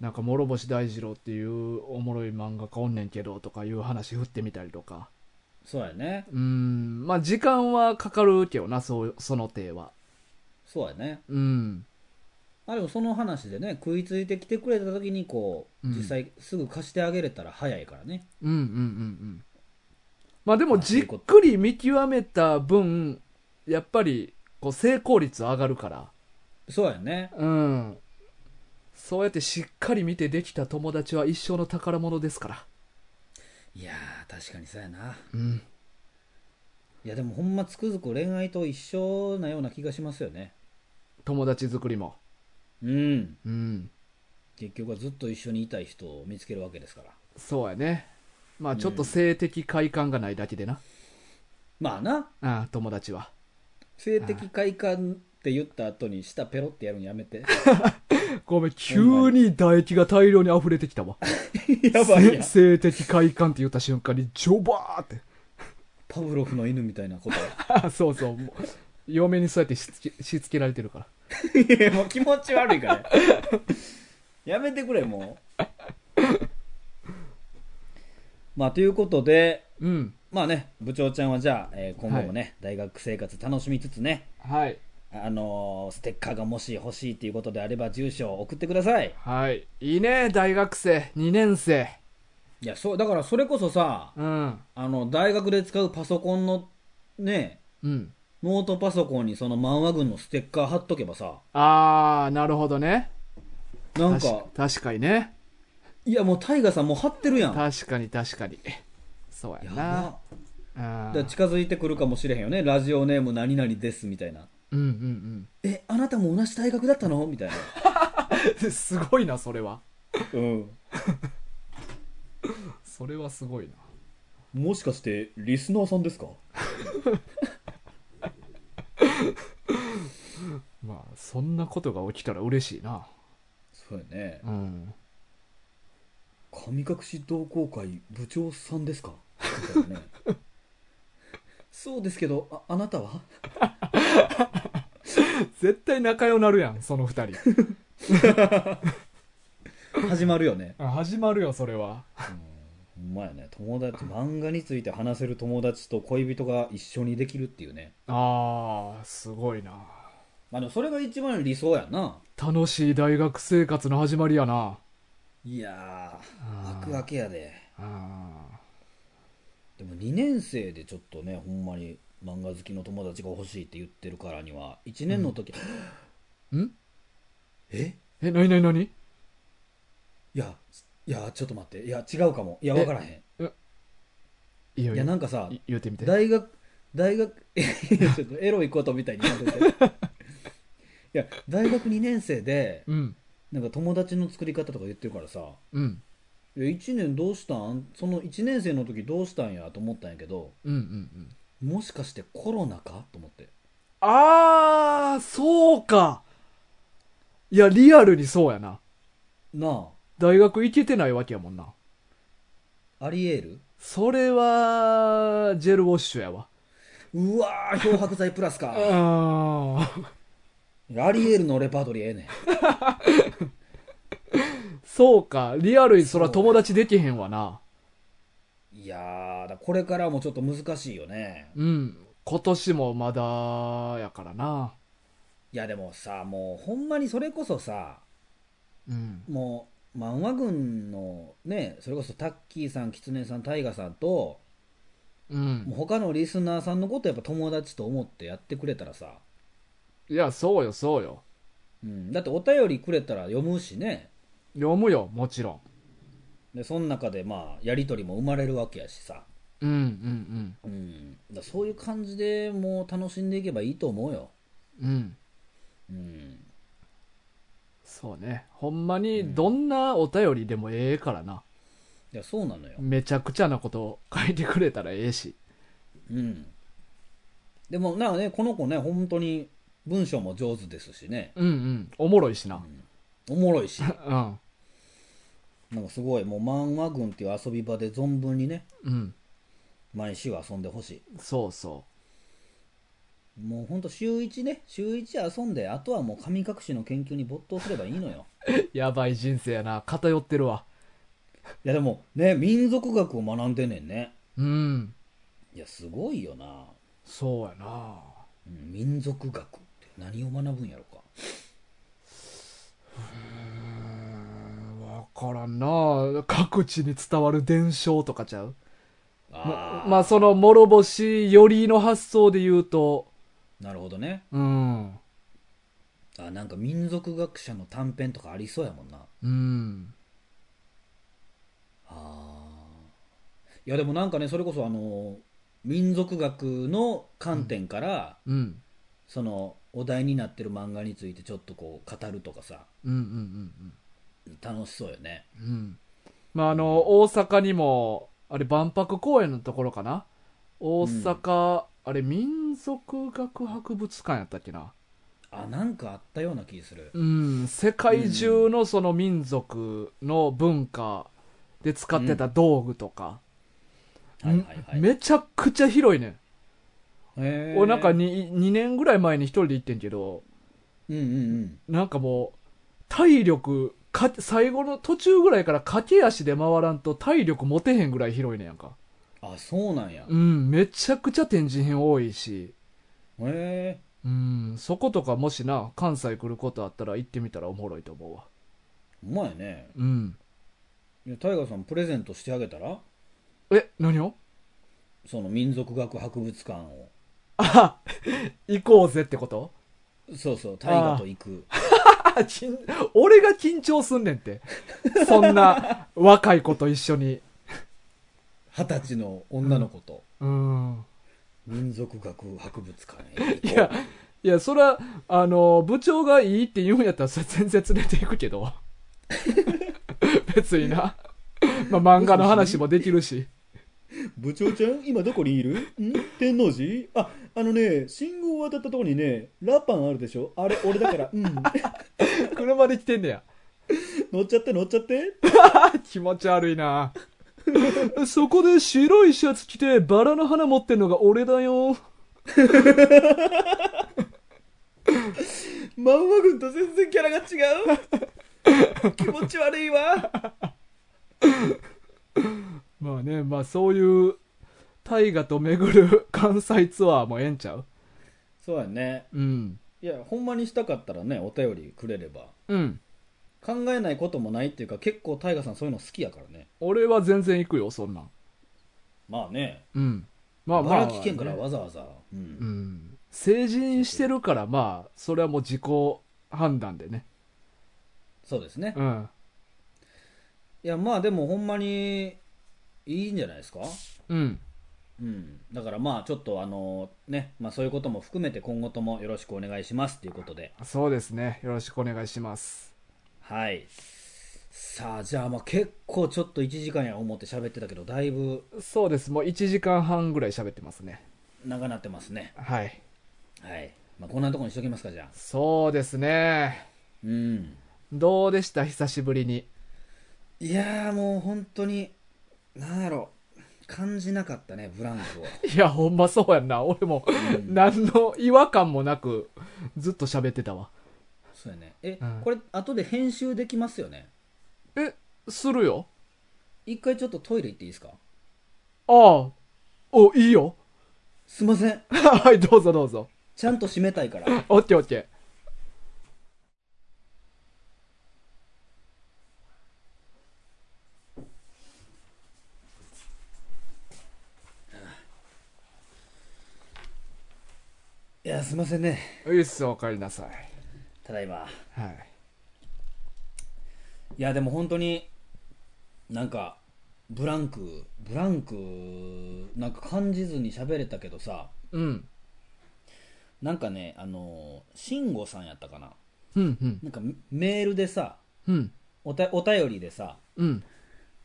なんか諸星大二郎っていうおもろい漫画家おんねんけどとかいう話振ってみたりとか
そうやね
うんまあ時間はかかるけどなそうその手は
そうやね
うん
あでもその話でね食いついてきてくれた時にこう
うん
実際すぐ貸してあげれたら早いからね、
うんうんうんうんまあでも
まあそう
じ
い
っ
うこと
くり見極めた分やっぱりこう成功率上がるから
そうやね
うん。そうやってしっかり見てできた友達は一生の宝物ですから。
いやー確かにそうやな
うん。
いやでもほんまつくづく恋愛と一緒なような気がしますよね
友達作りも。
うん
うん。
結局はずっと一緒にいたい人を見つけるわけですから
そうやね。まあ
うん
ちょっと性的快感がないだけでな。
まあな
ああ、友達は。
性的快感って言った後に舌ペロってやるのやめて
ごめん、急に唾液が大量に溢れてきたわ。
やばいやん
せ性的快感って言った瞬間に、ジョバーって。
パブロフの犬みたいなこと
あ そうそう。もう嫁にそうやってしつけしつけられてるから。
いやもう気持ち悪いから やめてくれもうまあということで
うん。
まあね部長ちゃんはじゃあ、えー今後もね、大学生活楽しみつつね
はい。
あのーステッカーがもし欲しいということであれば住所を送ってください
はい。いいね、大学生。2年生。
いやそうだからそれこそさ
うん。
あの大学で使うパソコンのね
うん。
ノートパソコンにその漫画群のステッカー貼っとけばさ
ああ、なるほどね。
なん
確
か
確かにね
いやもうタイガさんもう貼ってるやん
確かに確かにそうや
や
な
ば
うん
だから近づいてくるかもしれへんよねラジオネーム何々ですみたいな
うんうん
えあなたも同じ大学だったのみたいな
うん すごいなそれは
うん
それはすごいな
もしかしてリスナーさんですか
まあそんなことが起きたら嬉しいな
そうやね
うん
神隠し同好会部長さんですかみたいなね そうですけどああなたは
絶対仲良なるやんその二 人
始まるよね
あ始まるよそれは
ほんまやね友達漫画について話せる友達と恋人が一緒にできるっていうね
あーすごいな
まあでもそれが一番理想やな
楽しい大学生活の始まりやない
やー
あ
幕
ー
開けやで
あー
でも2年生でちょっとねほんまに漫画好きの友達が欲しいって言ってるからには1年の時、
ん
え
え何何何
いやいやちょっと待っていや違うかもいや分からへ
いい
ん
よい
い
い
や
よ
なんかさ
い言うてみて
大学大学 いやちょっとエロいことみたいに言わんといていや大学2年生で
うん
なんか友達の作り方とか言ってるからさ
うん
いや1年どうしたんその1年生の時どうしたんやと思ったんやけど
うんうんうん
もしかしてコロナかと思って
あーそうかいやリアルにそうやな
な
大学行けてないわけやもんな
あありえる
それはジェルウォッシュやわ
うわー漂白剤プラ スか
ああ
いやありえるのレパートリーええねん
そうかリアルにそら友達できへんわない
やーだからこれからもちょっと難しいよね
うん今年もまだやからない
やでもさもうほんまにそれこそさ
うん
もう漫画軍のねそれこそタッキーさんキツネさんタイガさんと
うん
もう他のリスナーさんのことやっぱ友達と思ってやってくれたらさ、
いやそうよそうよ
うん、だってお便りくれたら読むしね
読むよもちろん
でその中でまあやり取りも生まれるわけやしさ、
うんうん
うん、だからそういう感じでもう楽しんでいけばいいと思うよ、
うんう
う
ん
ん、
そうねほんまにどんなお便りでもええからな、
いやそうなのよ、
めちゃくちゃなこと書いてくれたらええし
うん、でもなんかねこの子ね本当に文章も上手ですしね
うんうんおもろいしな
おもろい し
うん
なんかすごいもう漫画軍っていう遊び場で存分にね
うん
毎週遊んでほし
そうそ
いもうほんと週1ね週1遊んであとはもう神隠しの研究に没頭すればいいのよ
うやばい人生やな偏ってるわ
いやでもね民族学を学んでんねんね
うん
いやすごいよな、
そうやな
うん、民族学って何を学ぶんやろか
わからんな各地に伝わる伝承とかちゃうままあその諸星よりの発想で言うと
なるほどね
うん
あなんか民族学者の短編とかありそうやもんな
うん
あーいやでもなんかねそれこそあの民族学の観点から、
うん
そのお題になってる漫画についてちょっとこう語るとかさ
うんうんうん
楽しそうよね
うんうんまああの大阪にもあれ万博公園のところかな大阪、あれ民族学博物館やったっけな
あなんかあったような気する
うん世界中のその民族の文化で使ってた道具とか、
はいはいはい
めちゃくちゃ広いねん
へー
俺なんか 2, 2年ぐらい前に一人で行ってんけど
うんうんうん
なんかもう体力か最後の途中ぐらいから駆け足で回らんと体力持てへんぐらい広いねんやんか
あそうなんやへ
うんめちゃくちゃ展示品多いし
え
うんそことかもしな関西来ることあったら行ってみたらおもろいと思うわ
うまいね
うん
いやタイガーさんプレゼントしてあげたら
え何を
その民族学博物館を
あ行こうぜってこと
そうそうタイガーと行く
あちん俺が緊張すんねんってそんな若い子と一緒に
二十歳の女の子と
うん
民族学博物館へ行こう
いや、いや、それは、あの、部長がいいって言うんやったら、それ全然連れていくけ ど。別にな。まあ、漫画の話もできるし。
部長ちゃん今どこにいるん天王寺ああのね信号を渡ったとこにねラパンあるでしょあれ俺だからうん
車で来てんねや。
乗っちゃって乗っちゃって
気持ち悪いな。そこで白いシャツ着てバラの花持ってんのが俺だよ。
マンマ軍と全然キャラが違 う気持ち悪いわ
まあね、まあそういう、大河と巡る関西ツアーもええんちゃう
そうやね
うん。
いやほんまにしたかったらねお便りくれれば
うん。
考えないこともないっていうか結構タイガさんそういうの好きやからね
俺は全然行くよ、そんなん。
まあね
うん。まあまあ、
茨城県からわざわざ、うん
うん。成人してるから、まあ、それはもう自己判断でね。
そうですね
うん。
いやまあでもほんまにいいんじゃないですか
うん。
うん、だからまあちょっとあのね、まあ、そういうことも含めて今後ともよろしくお願いしますということで
そうですね。よろしくお願いします。
はいさあじゃあまあ結構ちょっと1時間や思って喋ってたけどだいぶ
そうです。もう1時間半ぐらい喋ってますね。
長なってますね
はい。
はい、まあ、こんなとこにしときますかじゃあ
そうですね。
うん
どうでした久しぶりに。
いやーもう本当になんやろ感じなかったねブランクを、
いや、ほんまそうやん な。俺も、
うん
何の違和感もなく、ずっと喋ってたわ。
そうやねえ、
うん
これ後で編集できますよね
え、するよ
一回ちょっとトイレ行っていいですか
ああ。お、いいよ。
すいません
はい、どうぞどうぞ。
ちゃんと締めたいから
オッケーオッケー。
いやすいませんね
いいっすよ、お帰りなさい。
ただいま
はい。
いやでも本当になんかブランクブランクなんか感じずに喋れたけどさ
うん。
なんかねあの慎吾さんやったかな
うん、うん、
なんかメールでさ
うん、
おたお便りでさ
うん、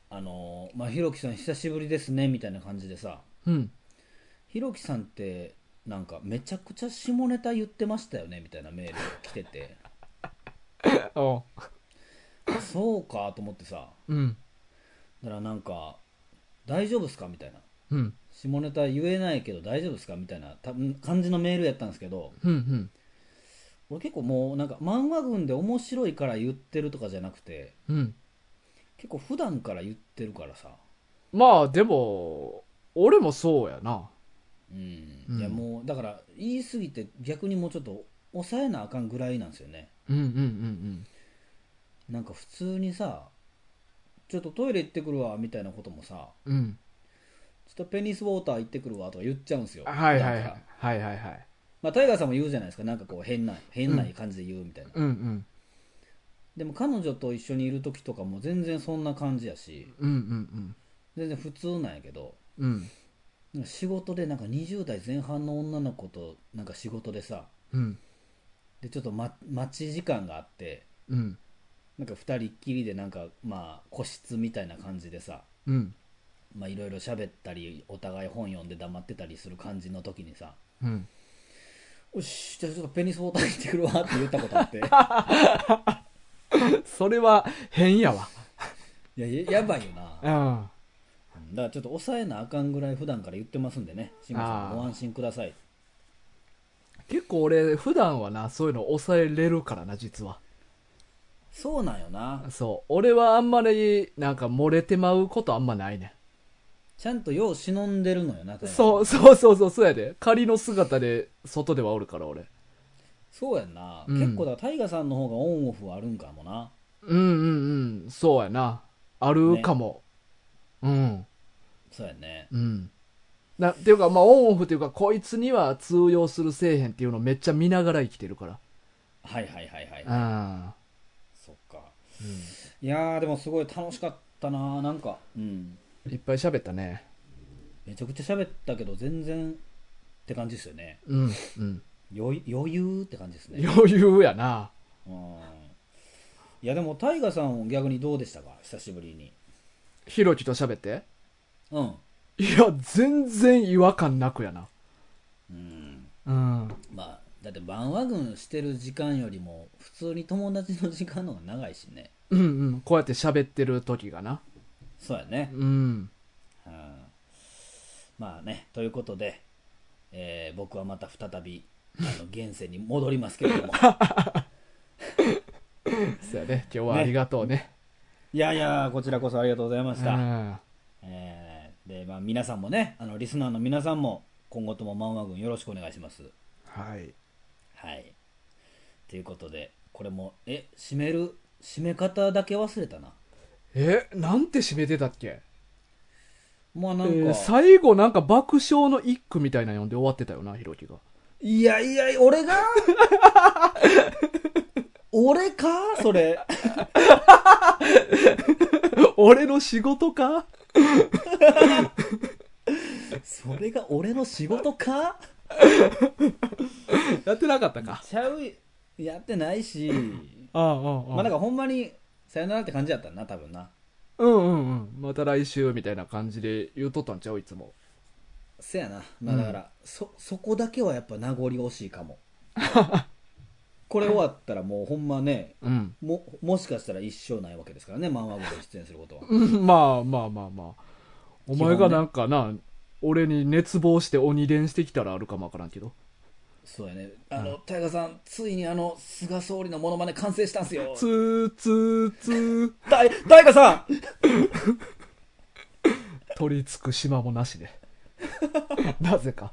あのまあひろきさん久しぶりですねみたいな感じでさ
うん。
ひろきさんってなんかめちゃくちゃ下ネタ言ってましたよねみたいなメールが来てて
おう
そうかと思ってさ
うん、
だからなんか大丈夫っすかみたいな
うん、
下ネタ言えないけど大丈夫ですかみたいなた感じのメールやったんですけど
うん、うん、
俺結構もうなんか漫画群で面白いから言ってるとかじゃなくて
うん。
結構普段から言ってるからさ
まあ、でも、俺もそうやな。
うん、
うん
いやもうだから言い過ぎて逆にもうちょっと抑えなあかんぐらいなんですよね
うん、うん、うん、
なんか普通にさちょっとトイレ行ってくるわみたいなこともさ
うん。うん。
ちょっとペニスウォーター行ってくるわとか言っちゃうんですよ
はいはい
な
は
んか
い。はいはいはい。
まあタイガーさんも言うじゃないですかなんかこう変な変な感じで言うみたいな、
うん、うん、
でも彼女と一緒にいる時とかも全然そんな感じやし
うん、うん、
全然普通なんやけど
うん。うん、
なんか仕事でなんか20代前半の女の子となんか仕事でさ
うん、
でちょっと、ま、待ち時間があって
うん、
なんか2人っきりでなんかまあ個室みたいな感じでさ
うん、
まあいろいろ喋ったりお互い本読んで黙ってたりする感じの時にさ
うん。
「よしじゃあちょっとペニスウォーター行ってくるわ」って言ったことあ って
それは変やわ。
いやややばいよな
うん。は
うんだからちょっと抑えなあかんぐらい普段から言ってますんでね慎吾さ
あ
ん
ー
ご安心ください
結構俺、普段はな、そういうの抑えれるからな、実は。
そうなんよな
そう。俺はあんまり、なんか漏れてまうことあんまないね。
ちゃんとよう忍んでるのよなう
そう、そうそうそう、そうやで。仮の姿で、外ではおるから、俺。
そうやんな、
うん
結構だからタイガさんの方がオンオフあるんかもな
うんうんうん、そうやな。あるかも。
そうやね
うん、うん。な、っていうか、まあ、オンオフっていうか、こいつには通用するせえへんっていうのをめっちゃ見ながら生きてるから。
はいはいはいはい、
あ
そっかいやーでもすごい楽しかったななんかうん
あ。いっぱい喋ったね。
めちゃくちゃ喋ったけど全然って感じですよね
うん、うん。
余余裕って感じですね
余裕やな。
うんいやでもタイガさん逆にどうでしたか久しぶりに
ひろきと喋って
うん
いや、全然違和感なくやな。
うん
うん。
まあだって漫画群してる時間よりも普通に友達の時間の方が長いしね
うんうん。こうやって喋ってる時がな。
そうやね、
うん。
うん、まあねということで、えー僕はまた再びあの現世に戻りますけれども
そうやね。今日はありがとうね。
いやいやこちらこそありがとうございまし
う
た、
ん。
えーでまあ、皆さんもねあのリスナーの皆さんも今後とも漫画群よろしくお願いします
はい。
はいということでこれもえ締める締め方だけ忘れたな
え、なんて締めてたっけ
まあなんか、
えー最後なんか爆笑の一句みたいなの読んで終わってたよな、ひろきが。
いやいや俺が俺かそれ
俺の仕事か
それが俺の仕事か
やってなかったか。
ちゃうやってないし
ああ、ああ。
まあなんかほんまにさよならって感じやったな多分な
うんうんうん。また来週みたいな感じで言うとったんちゃういつも。
せやなまあだから、そそこだけはやっぱ名残惜しい かもこれ終わったらもうほんまね
うん。
ももしかしたら一生ないわけですからね漫画ごとに出演することは
まあまあまあまあ。お前
基本
が
ね
なんかな、俺に熱望して鬼伝してきたらあるかもわからんけど。
そうやねあの大河さんついにあの菅総理のモノマネ完成したんすよ
つーつーつー、
大大河さん
取り付く島もなしで。 なぜか。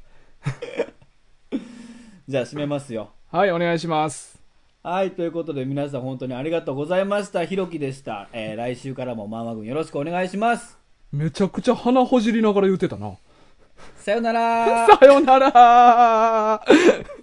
じゃあ締めますよ
はい、お願いします。
はい、ということで皆さん本当にありがとうございました。ひろきでした。えー来週からも漫画軍よろしくお願いします。
めちゃくちゃ鼻ほじりながら言うてたな。
さよなら
さよならー